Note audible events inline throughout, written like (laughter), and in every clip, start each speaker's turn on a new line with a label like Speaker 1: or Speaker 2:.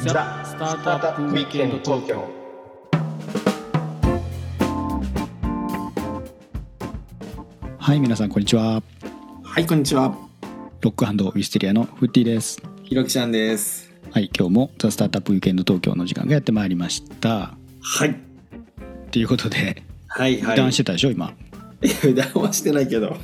Speaker 1: ザ・スタートアップウィークエンド東京
Speaker 2: はい、皆さんこんにちは。
Speaker 3: はい、こんにちは。
Speaker 2: ロックハンドウィステリアのフッティです。
Speaker 4: ひろきちゃんです。
Speaker 2: はい、今日もザスタートアップウィークエンド東京の時間がやってまいりました。
Speaker 3: はい。
Speaker 2: ということで、
Speaker 4: はいは
Speaker 2: 油
Speaker 4: い。
Speaker 2: 断してたでしょ、今。
Speaker 4: いや油断はしてないけど。
Speaker 2: うん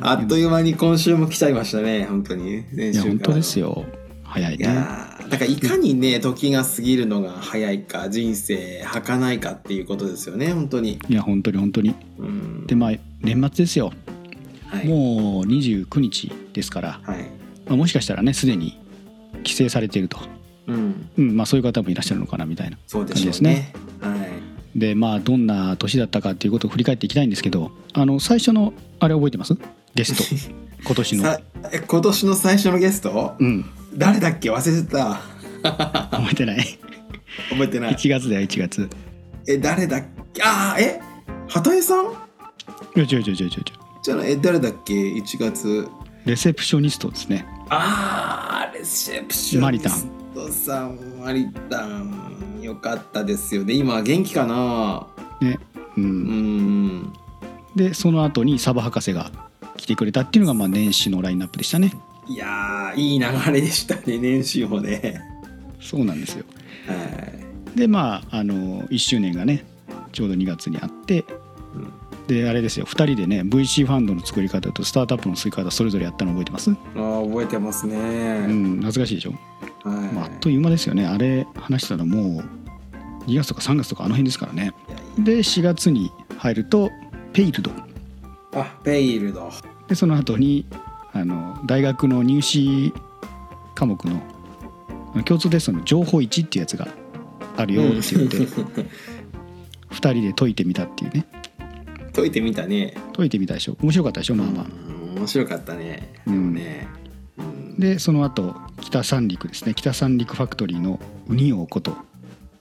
Speaker 4: あっという間に今週も来ちゃいましたね、本当に。
Speaker 2: いや、本当です
Speaker 4: よ。
Speaker 2: よ。早い
Speaker 4: い
Speaker 2: ね。
Speaker 4: やーだからいかにね、時が過ぎるのが早いか、人生儚いかっていうことですよね、本当に。
Speaker 2: いや、本当に本当に。
Speaker 4: うん。
Speaker 2: で、まあ、年末ですよ。
Speaker 4: はい、
Speaker 2: もう29日ですから、
Speaker 4: はい。
Speaker 2: まあ、もしかしたらね、すでに帰省されていると。
Speaker 4: うん。
Speaker 2: うん、まあ、そういう方もいらっしゃるのかな、みたいな。
Speaker 4: そうでしょ
Speaker 2: 感じです
Speaker 4: うね
Speaker 2: ね。
Speaker 4: はい。
Speaker 2: で、まあ、どんな年だったかっていうことを振り返っていきたいんですけど、あの、最初の、あれ覚えてますゲ
Speaker 4: (laughs)
Speaker 2: スト。今年の
Speaker 4: さ。え今年の最初のゲスト
Speaker 2: うん、
Speaker 4: 誰だっけ忘れてた。
Speaker 2: 覚えてない。
Speaker 4: 覚えてない。
Speaker 2: 1月だよ1月
Speaker 4: え、誰だっけああ、え鳩江さん
Speaker 2: いや違う違う違う違う違う
Speaker 4: じゃないえ、誰だっけ ?1 月。
Speaker 2: レセプショニストですね
Speaker 4: あーレセプショニストさんマリタンよかったですよね今元気かな
Speaker 2: ね
Speaker 4: う
Speaker 2: う
Speaker 4: んん
Speaker 2: でその後にサバ博士が来てくれたっていうのがまあ年始のラインナップでしたね
Speaker 4: いやーいい流れでしたね年始もね
Speaker 2: そうなんですよ
Speaker 4: はい
Speaker 2: でまああの1周年がねちょうど2月にあって
Speaker 4: うん
Speaker 2: であれですよ2人でね VC ファンドの作り方とスタートアップの作り方それぞれやったの覚えてます、
Speaker 4: あー覚えてますね、
Speaker 2: うん懐かしいでしょ、
Speaker 4: はい、
Speaker 2: まあ、あっという間ですよねあれ話したらもう2月とか3月とかあの辺ですからね
Speaker 4: いやい
Speaker 2: で4月に入るとペイルド
Speaker 4: やあペイルド
Speaker 2: でその後にあの大学の入試科目のあの共通テストの情報1っていうやつがあるよっ
Speaker 4: (laughs)
Speaker 2: て言って、二2人で解いてみたっていうね
Speaker 4: 解いてみたね
Speaker 2: 解いてみたでしょ面白かったでしょまあまあ、
Speaker 4: うん面白かったね
Speaker 2: う
Speaker 4: でも
Speaker 2: ん
Speaker 4: ね、うん
Speaker 2: でその後北三陸ですね北三陸ファクトリーのウニオこと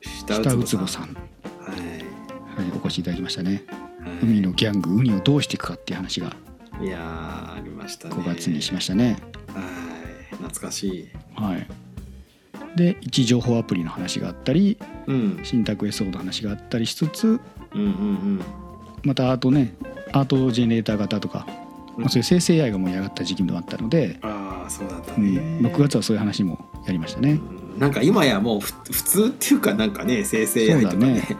Speaker 4: 下
Speaker 2: 北ウツボさん、
Speaker 4: はい
Speaker 2: はい、お越しいただきましたね
Speaker 4: はい
Speaker 2: 海のギャングウニをどうしていくかっていう話が
Speaker 4: いやーありましたね
Speaker 2: 5月にしましたね
Speaker 4: はい懐かしい
Speaker 2: はいで位置情報アプリの話があったり
Speaker 4: うん
Speaker 2: 新宅 SO の話があったりしつつ
Speaker 4: うんうん
Speaker 2: またアートねアートジェネレーター型とか、
Speaker 4: うん
Speaker 2: まあそういう生成 AI が盛り上がった時期もあったので、
Speaker 4: ああそうだった
Speaker 2: う
Speaker 4: ね、
Speaker 2: ん、6月はそういう話もやりましたね
Speaker 4: うんなんか今やもうふ普通っていうかなんかね生成 AI とかね
Speaker 2: そう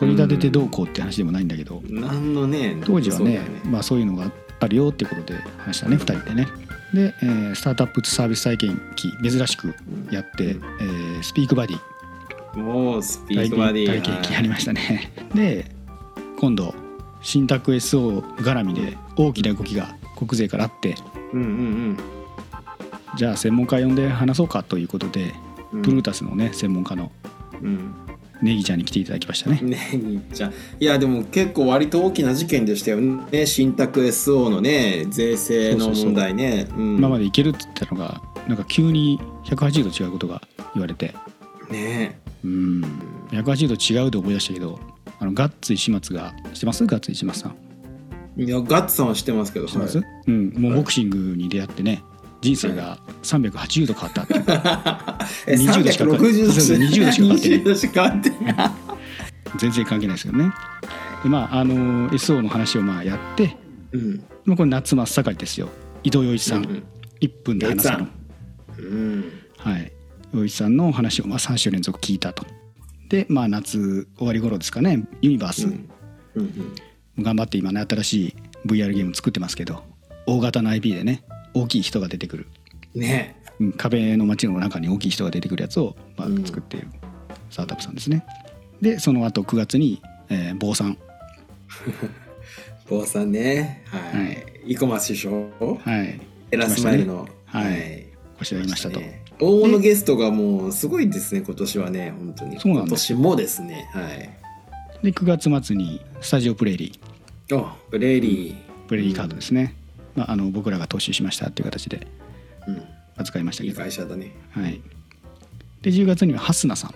Speaker 2: 取り立ててどうこうって話でもないんだけど、
Speaker 4: なんのね
Speaker 2: 当時は
Speaker 4: そうだ
Speaker 2: ね
Speaker 4: よ
Speaker 2: まあ、そういうのがあるよっていうことで話したね2人でねで、えースタートアップサービス体験機珍しくやって、
Speaker 4: うん
Speaker 2: えースピークバディ
Speaker 4: もうスピ
Speaker 2: 体
Speaker 4: ードバディ
Speaker 2: 験体験機やりましたねで今度新宅 SO 絡みで大きな動きが国税からあって
Speaker 4: うんうん
Speaker 2: じゃあ専門家呼んで話そうかということで、
Speaker 4: うん
Speaker 2: プルータスのね専門家の
Speaker 4: うん
Speaker 2: ネギちゃんに来ていただきましたね。
Speaker 4: ねえちゃん (laughs) いやでも結構割と大きな事件でしたよね新宅 SO のね税制の問題ねうん
Speaker 2: 今までいけるって言ったのがなんか急に180度違うことが言われて
Speaker 4: ね
Speaker 2: うん180度違うで思い出したけどあのガッツ石松がしてますガッツ石松さん
Speaker 4: えいやガッツさんはしてますけど
Speaker 2: してます、
Speaker 4: はい
Speaker 2: うんもう
Speaker 4: はい
Speaker 2: ボクシングに出会ってね人生が380度変わったっていう
Speaker 4: え
Speaker 2: 20度しか
Speaker 4: 360度
Speaker 2: そうそう20度しか買ってない
Speaker 4: 20度しか買ってない
Speaker 2: 全然関係ないですけどねでまああの SO の話をまあやって、
Speaker 4: うん
Speaker 2: まあ、これ夏真っ盛りですよ伊藤洋一さん、
Speaker 4: うん
Speaker 2: 1分で話すの
Speaker 4: うん
Speaker 2: はい、魚市さんのお話をまあ3週連続聞いたと。で、まあ、夏終わり頃ですかねユニバース、
Speaker 4: うんうんうん
Speaker 2: 頑張って今ね新しい VR ゲーム作ってますけど大型の IP でね大きい人が出てくる、
Speaker 4: ね
Speaker 2: うん、壁の街の中に大きい人が出てくるやつを、まあ
Speaker 4: う、ん
Speaker 2: 作っているスタートアップさんですね。でその後9月に、えー坊さん、
Speaker 4: 坊さんねは
Speaker 2: はい
Speaker 4: い生駒首相
Speaker 2: はい、
Speaker 4: エラスマイルの
Speaker 2: 来ましたねはいおっしゃ
Speaker 4: い
Speaker 2: いましたと。
Speaker 4: ね大物ゲストがもうすごいですね今年はね本当に
Speaker 2: そうなん
Speaker 4: 今
Speaker 2: です
Speaker 4: 年もですねはい
Speaker 2: で9月末にスタジオプレイリー
Speaker 4: あブレイリー
Speaker 2: プレイリーカードですね、まあ、あの僕らが投資しましたっていう形で
Speaker 4: うん
Speaker 2: 扱いました
Speaker 4: い
Speaker 2: け
Speaker 4: い
Speaker 2: ど
Speaker 4: 会社だね
Speaker 2: はい、で10月にはハスナさん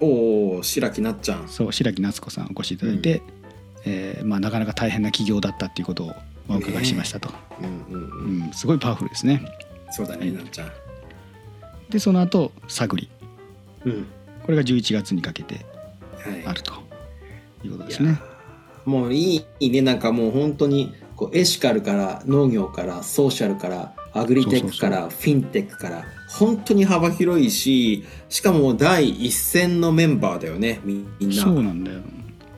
Speaker 4: おお白木なっちゃん
Speaker 2: そう白木夏子さんお越しいただいて、えーまあ、なかなか大変な企業だったっていうことをまあお伺いしましたと、
Speaker 4: うんうんうん
Speaker 2: うん、すごいパワフルですね
Speaker 4: そうだねなっちゃん
Speaker 2: でその後探り
Speaker 4: うん
Speaker 2: これが11月にかけて
Speaker 4: はい
Speaker 2: あるということです
Speaker 4: い
Speaker 2: ね
Speaker 4: や。ーもういいねなんかもう本当にこうエシカルから農業からソーシャルからアグリテックからフィンテックから本当に幅広いししかも第一線のメンバーだよねみんな。
Speaker 2: そうなんだよ、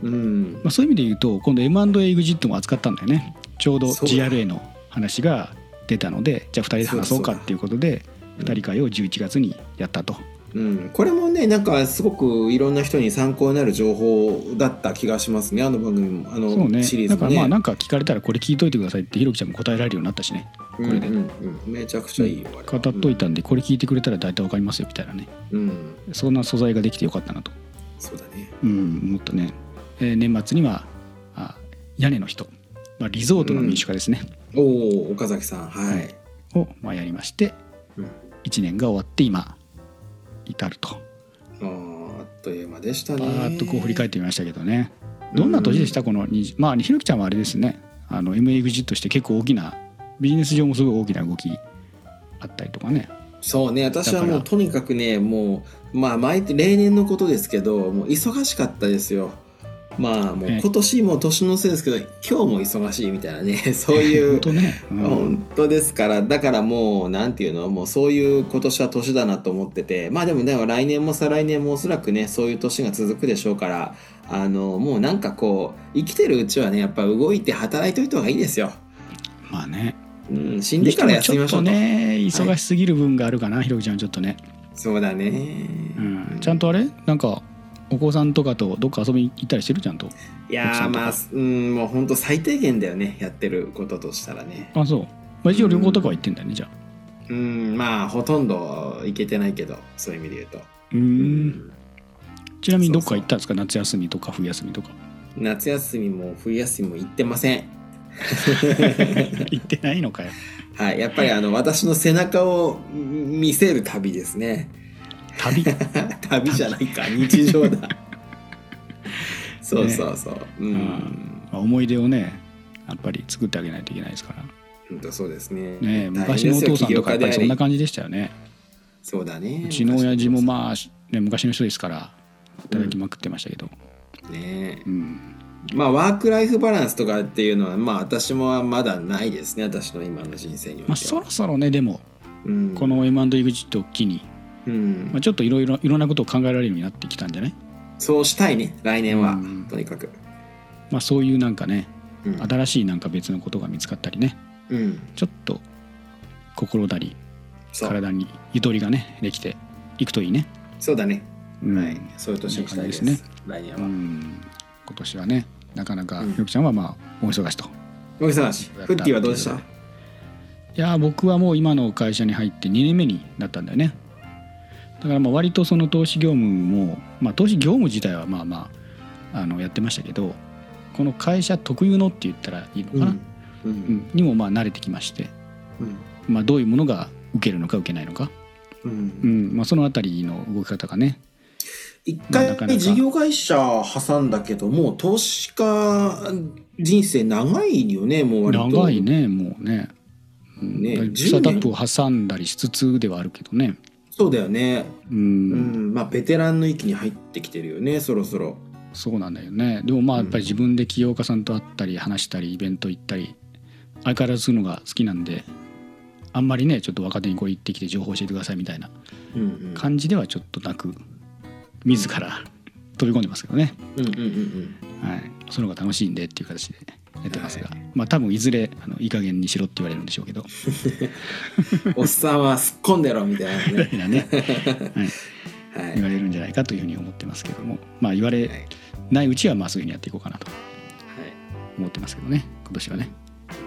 Speaker 4: うん
Speaker 2: まあ、そういう意味で言うと今度 M&AEXIT も扱ったんだよねちょうど
Speaker 4: そうだ
Speaker 2: GRA の話が出たのでじゃあ2人で話そうかっていうことで
Speaker 4: そうだ
Speaker 2: 2人会を11月にやったと
Speaker 4: うん、これもねなんかすごくいろんな人に参考になる情報だった気がしますねあの番組もあの
Speaker 2: そうね
Speaker 4: シリーズ
Speaker 2: だ
Speaker 4: も
Speaker 2: から
Speaker 4: ね
Speaker 2: まあなんか聞かれたらこれ聞いといてくださいってひろきちゃんも答えられるようになったしね
Speaker 4: うん
Speaker 2: これで
Speaker 4: うんうんめちゃくちゃいいよ、あれは
Speaker 2: 語っといたんでこれ聞いてくれたら大体わかりますよみたいなね
Speaker 4: うん、うん
Speaker 2: そんな素材ができてよかったなと、
Speaker 4: そうだね
Speaker 2: うん、思ったね、えー年末にはあ屋根の人、まあ、リゾートの民主化ですね、
Speaker 4: おお岡崎さんはい、
Speaker 2: をまあやりまして
Speaker 4: うん
Speaker 2: 1年が終わって今至ると
Speaker 4: あーあっという間でしたね。
Speaker 2: バーッとこう振り返ってみましたけどねどんな年でしたこの20まあひろきちゃんはあれですねあの MAEXIT として結構大きなビジネス上もすごい大きな動きあったりとかね
Speaker 4: そうね私は
Speaker 2: だ
Speaker 4: も
Speaker 2: か
Speaker 4: う
Speaker 2: ら
Speaker 4: とにかくねもうまあ毎例年のことですけどもう忙しかったですよ。まあもう
Speaker 2: ね
Speaker 4: 今年も年のせいですけど今日も忙しいみたいなね (laughs) そうい
Speaker 2: 本
Speaker 4: う。
Speaker 2: 当ね、うん
Speaker 4: 本当ですからだからもうなんていうのもうそういう今年は年だなと思っててまあでもね来年も再来年もおそらくねそういう年が続くでしょうからあのもうなんかこう生きてるうちはねやっぱ動いて働いといた方がいいですよ。
Speaker 2: まあね
Speaker 4: うん、死んでから休みましょうと。
Speaker 2: ちょっとね忙しすぎる分があるかな、ひろきちゃんちょっとね、
Speaker 4: そうだね、
Speaker 2: うん、ちゃんとあれなんかお子さんとかとどっか遊びに行ったりしてるちゃんと
Speaker 4: いやーまあ、うん、もう本当最低限だよねやってることとしたらね
Speaker 2: あそう、まあ、一応旅行とかは行ってんだよね、じゃあ
Speaker 4: うんまあほとんど行けてないけどそういう意味で言うと、
Speaker 2: う
Speaker 4: うん
Speaker 2: ちなみにどっか行ったんですか夏休みとか冬休みとか (laughs)
Speaker 4: 夏休みも冬休みも行ってません
Speaker 2: 行ってないのかよ
Speaker 4: はいやっぱりあの私の背中をうん見せる旅ですね
Speaker 2: 旅
Speaker 4: 旅じゃないか日常
Speaker 2: (laughs)
Speaker 4: だそうそうそう、うん、
Speaker 2: うんまあ思い出をねやっぱり作ってあげないといけないですから、
Speaker 4: 本当そうですね
Speaker 2: ね、
Speaker 4: 大変
Speaker 2: 昔
Speaker 4: で
Speaker 2: のお
Speaker 4: すよ
Speaker 2: 父さんとかやっぱり
Speaker 4: 起
Speaker 2: そ
Speaker 4: 業家であ
Speaker 2: んな
Speaker 4: り
Speaker 2: 感じでしたよね
Speaker 4: そうだね
Speaker 2: うちの親父も
Speaker 4: あ
Speaker 2: まあ、ね、昔の人ですから働きまくってましたけど、
Speaker 4: ね
Speaker 2: うん
Speaker 4: まあワークライフバランスとかっていうのはまあ私もまだないですね私の今の人生においては、
Speaker 2: まあ、そろそろねでも
Speaker 4: うん
Speaker 2: こ、の M&EXIT を機に、
Speaker 4: うん
Speaker 2: まあ、ちょっといろいろいろんなことを考えられるようになってきたんじゃない、
Speaker 4: そうしたいね来年は、
Speaker 2: うん
Speaker 4: とにかく、
Speaker 2: まあ、そういうなんかね
Speaker 4: うん
Speaker 2: 新しいなんか別のことが見つかったりね
Speaker 4: うん
Speaker 2: ちょっと心なり
Speaker 4: そう
Speaker 2: 体にゆとりがねできていくといいね、
Speaker 4: そうだね、
Speaker 2: うん
Speaker 4: はいそういう年にしたいです
Speaker 2: いい感じ
Speaker 4: 来年
Speaker 2: う
Speaker 4: は、
Speaker 2: ん今年はねなかなか
Speaker 4: うん
Speaker 2: ひろきちゃんはまあお忙しと、
Speaker 4: お忙しいフッティはどうでした
Speaker 2: いやー僕はもう今の会社に入って2年目になったんだよねだからまあ割とその投資業務も、まあ、投資業務自体はまあまああのやってましたけどこの会社特有のって言ったらいいのか
Speaker 4: う
Speaker 2: な、
Speaker 4: んう
Speaker 2: うんんにもまあ慣れてきまして、
Speaker 4: うん
Speaker 2: まあ、どういうものが受けるのか受けないのか、
Speaker 4: うん
Speaker 2: うんまあ、そのあたりの動き方がね
Speaker 4: 一
Speaker 2: まあなかな
Speaker 4: 回
Speaker 2: か
Speaker 4: 事業会社挟んだけどもう投資家人生長いよねもう割と
Speaker 2: 長いねもうね,、うん、
Speaker 4: ね
Speaker 2: だい
Speaker 4: 10
Speaker 2: ぶ
Speaker 4: 年
Speaker 2: スタートアップを挟んだりしつつではあるけどね
Speaker 4: そうだよね
Speaker 2: う
Speaker 4: うんんまあベテランの域に入ってきてるよねそろそろ
Speaker 2: そうなんだよねでもまあ
Speaker 4: うん
Speaker 2: やっぱり自分で起業家さんと会ったり話したりイベント行ったり相変わらずするのが好きなんであんまりねちょっと若手にこう行ってきて情報教えてくださいみたいな
Speaker 4: うんうん
Speaker 2: 感じではちょっとなく自ら (laughs) 飛び込んでますけどね、
Speaker 4: うんうんうん
Speaker 2: はい、その方が楽しいんでっていう形でやってますが、
Speaker 4: は
Speaker 2: まあ多分いずれあのいい加減にしろって言われるんでしょうけど
Speaker 4: うんおっさんはすっこんでろみたいなね
Speaker 2: みたい
Speaker 4: (laughs)
Speaker 2: なね、はい、
Speaker 4: はい
Speaker 2: 言われるんじゃないかというふうに思ってますけどもまあ言わ
Speaker 4: は
Speaker 2: れ
Speaker 4: い
Speaker 2: ないうちはまあそういうふうにやっていこうかなと
Speaker 4: はい
Speaker 2: 思ってますけどね今年はね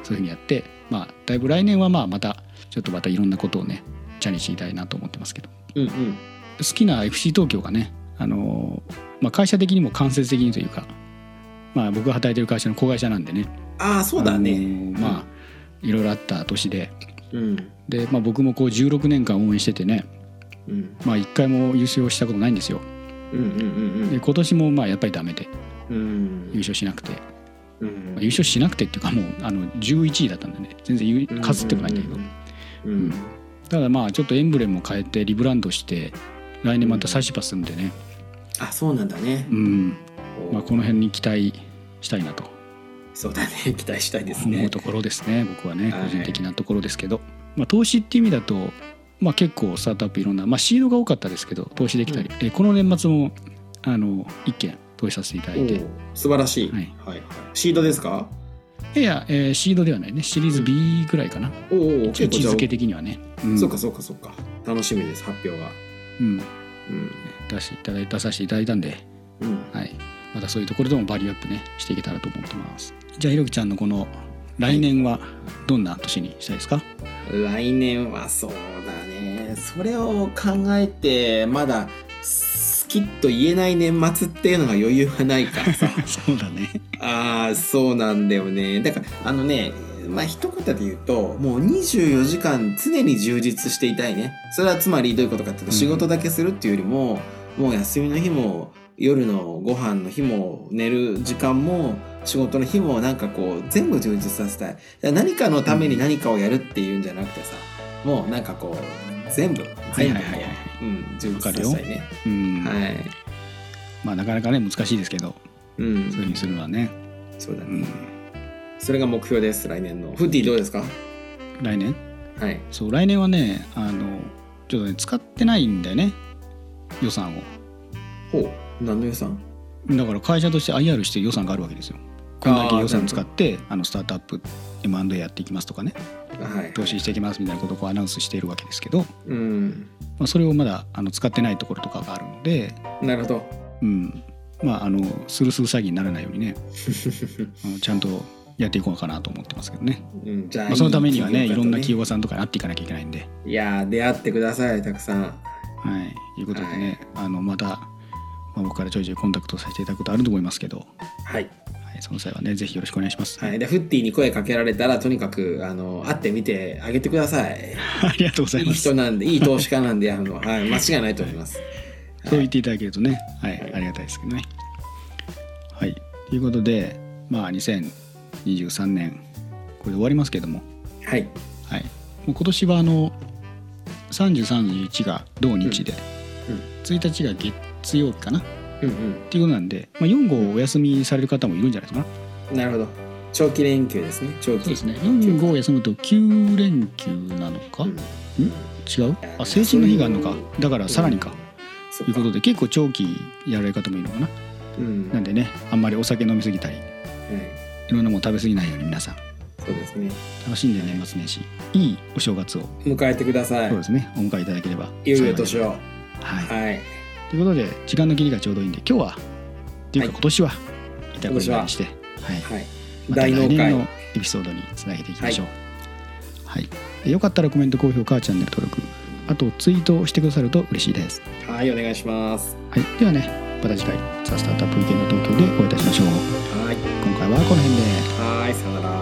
Speaker 2: そういうふうにやってまあだいぶ来年はまあまたちょっとまたいろんなことをねチャレンジしていきたいなと思ってますけど
Speaker 4: うんうん
Speaker 2: 好きな FC 東京がね、あのーまあ、会社的にも間接的にというか、まあ、僕が働いてる会社の子会社なんでね
Speaker 4: ああそうだね、
Speaker 2: あのーまあいろいろあった年で
Speaker 4: うん
Speaker 2: で、まあ、僕もこう16年間応援しててね、
Speaker 4: うん
Speaker 2: まあ、1回も優勝したことないんですよ
Speaker 4: うんうん
Speaker 2: で今年もまあやっぱりダメで
Speaker 4: うんうん
Speaker 2: 優勝しなくて、
Speaker 4: う
Speaker 2: ま
Speaker 4: ん
Speaker 2: あ優勝しなくてっていうかもうあの11位だったんでね全然優勝つってもないんだけど
Speaker 4: うんう
Speaker 2: うん
Speaker 4: ん
Speaker 2: ただまあちょっとエンブレムを変えてリブランドして来年また再出発するんでね、
Speaker 4: あそうなんだね
Speaker 2: う、んまあ、この辺に期待したいなと
Speaker 4: そうだね期待したいです
Speaker 2: 思う
Speaker 4: ね
Speaker 2: ところですね僕は
Speaker 4: は
Speaker 2: ね
Speaker 4: い
Speaker 2: 個人的なところですけど、まあ、投資っていう意味だと、まあ、結構スタートアップいろんな、まあ、シードが多かったですけど投資できたり、えこの年末もあの1件投資させていただいて、
Speaker 4: おう素晴らしい、
Speaker 2: はい
Speaker 4: はいシードですか
Speaker 2: いや、えーシードではないねシリーズ B ぐらいかな、
Speaker 4: おうおう
Speaker 2: 一応位置
Speaker 4: じゃあ
Speaker 2: づけ的にはね、うん
Speaker 4: そうかそうかそうか楽しみです発表が
Speaker 2: うん、
Speaker 4: うん
Speaker 2: 出していただい出させていただいたんで、
Speaker 4: うん
Speaker 2: はい、またそういうところでもバリューアップねしていけたらと思ってますじゃあひろきちゃんのこの来年はどんな年にした
Speaker 4: (laughs)
Speaker 2: いですか、
Speaker 4: 来年はそうだねそれを考えてまだ好きと言えない年末っていうのが余裕がないからさ
Speaker 2: そうだね
Speaker 4: ああそうなんだよねだからあのねまあ一言で言うともう24時間常に充実していたいねそれはつまりどういうことかっていうと
Speaker 2: うん
Speaker 4: 仕事だけするっていうよりも、もう休みの日も夜のご飯の日も寝る時間も仕事の日もなんかこう全部充実させたいだから何かのために何かをやるっていうんじゃなくてさもうなんかこう全部
Speaker 2: い
Speaker 4: 全部
Speaker 2: はいはいはい
Speaker 4: うん充実させたいね
Speaker 2: うん、
Speaker 4: はい
Speaker 2: まあなかなかね難しいですけど
Speaker 4: うん
Speaker 2: そういうふうにするのはね、
Speaker 4: そうだ
Speaker 2: う
Speaker 4: ね、
Speaker 2: ん、
Speaker 4: それが目標です来年のフッティどうですか
Speaker 2: 来年
Speaker 4: はい。
Speaker 2: そう来年はねあのちょっとね使ってないんだよね予算を
Speaker 4: ほう。何の予算
Speaker 2: だから会社として IR して予算があるわけですよこんだけ予算使ってあのスタートアップ M&A やっていきますとかね
Speaker 4: はい。
Speaker 2: 投資していきますみたいなことをこうアナウンスしているわけですけど、ま
Speaker 4: うん。
Speaker 2: あ、それをまだあの使ってないところとかがあるので、
Speaker 4: なるほど。
Speaker 2: うん、まああのスルスル詐欺にならないように (laughs) ねあのちゃんとやっていこうかなと思ってますけどね、
Speaker 4: うん、じゃあ、
Speaker 2: まあ、そのためにはね
Speaker 4: い
Speaker 2: い
Speaker 4: い
Speaker 2: ろんな
Speaker 4: 企
Speaker 2: 企
Speaker 4: 業
Speaker 2: 業さんとかに会っていかなきゃいけないんで、
Speaker 4: 家。いやー、出会ってください、たくさん。
Speaker 2: はい、いうことでね、あのまた、まあ、僕からちょいちょいコンタクトさせていただくことあると思いますけど、
Speaker 4: はい。
Speaker 2: はい、その際はねぜひよろしくお願いします。
Speaker 4: は
Speaker 2: あ (laughs)
Speaker 4: い。で、フッティに声かけられたら、とにかく、あの、会ってみてあげてください。
Speaker 2: りがとうござい
Speaker 4: いい
Speaker 2: ます。
Speaker 4: 人なんで、いい投資家なんで、あの、はい、間違いないと思います。
Speaker 2: そう言っていただけるとね、はい、ありがたいですけどね。はい、ということで、まあ、2023年これで終わりますけども、
Speaker 4: はい。
Speaker 2: はい、もう今年はあの30、31が同日で、
Speaker 4: うんうん
Speaker 2: 1日が月曜日かなっ
Speaker 4: うん
Speaker 2: ていうことなんで、まあ、4号お休みされる方もいるんじゃないですかな。
Speaker 4: うん。なるほど。長期連休ですね、長
Speaker 2: そう
Speaker 4: 期。
Speaker 2: ですね。4号休むと9連休なのか、
Speaker 4: うん
Speaker 2: 違うあ成人の日があるのかだからさらにか
Speaker 4: そ
Speaker 2: という
Speaker 4: か
Speaker 2: ことで結構長期やられる方もいるのかな
Speaker 4: うん。
Speaker 2: なんでねあんまりお酒飲みすぎたり
Speaker 4: はい。
Speaker 2: いろんなもの食べ過ぎないように皆さん
Speaker 4: そうですね。
Speaker 2: 楽しんで年末年始いいお正月を
Speaker 4: 迎えてください
Speaker 2: そう。ですねお迎えいただければ
Speaker 4: いよいよ
Speaker 2: 幸です
Speaker 4: 年を。は
Speaker 2: はい
Speaker 4: い。
Speaker 2: ということで時間の切りがちょうどいいんで今日はってい
Speaker 4: はい
Speaker 2: うか今年は痛いことにしてはい
Speaker 4: はい。
Speaker 2: また
Speaker 4: 大納
Speaker 2: 来年の
Speaker 4: 会。
Speaker 2: エピソードにつなげていきましょうはいえよかったらコメント高評価チャンネル登録あとツイートをしてくださると嬉しいです
Speaker 4: はい、お願いします。
Speaker 2: はい、ではねまた次回「ザ・スタートアップウィーケンド東京」でお会いいたしましょう
Speaker 4: はい。
Speaker 2: 今回はこの辺で
Speaker 4: はい、さよなら。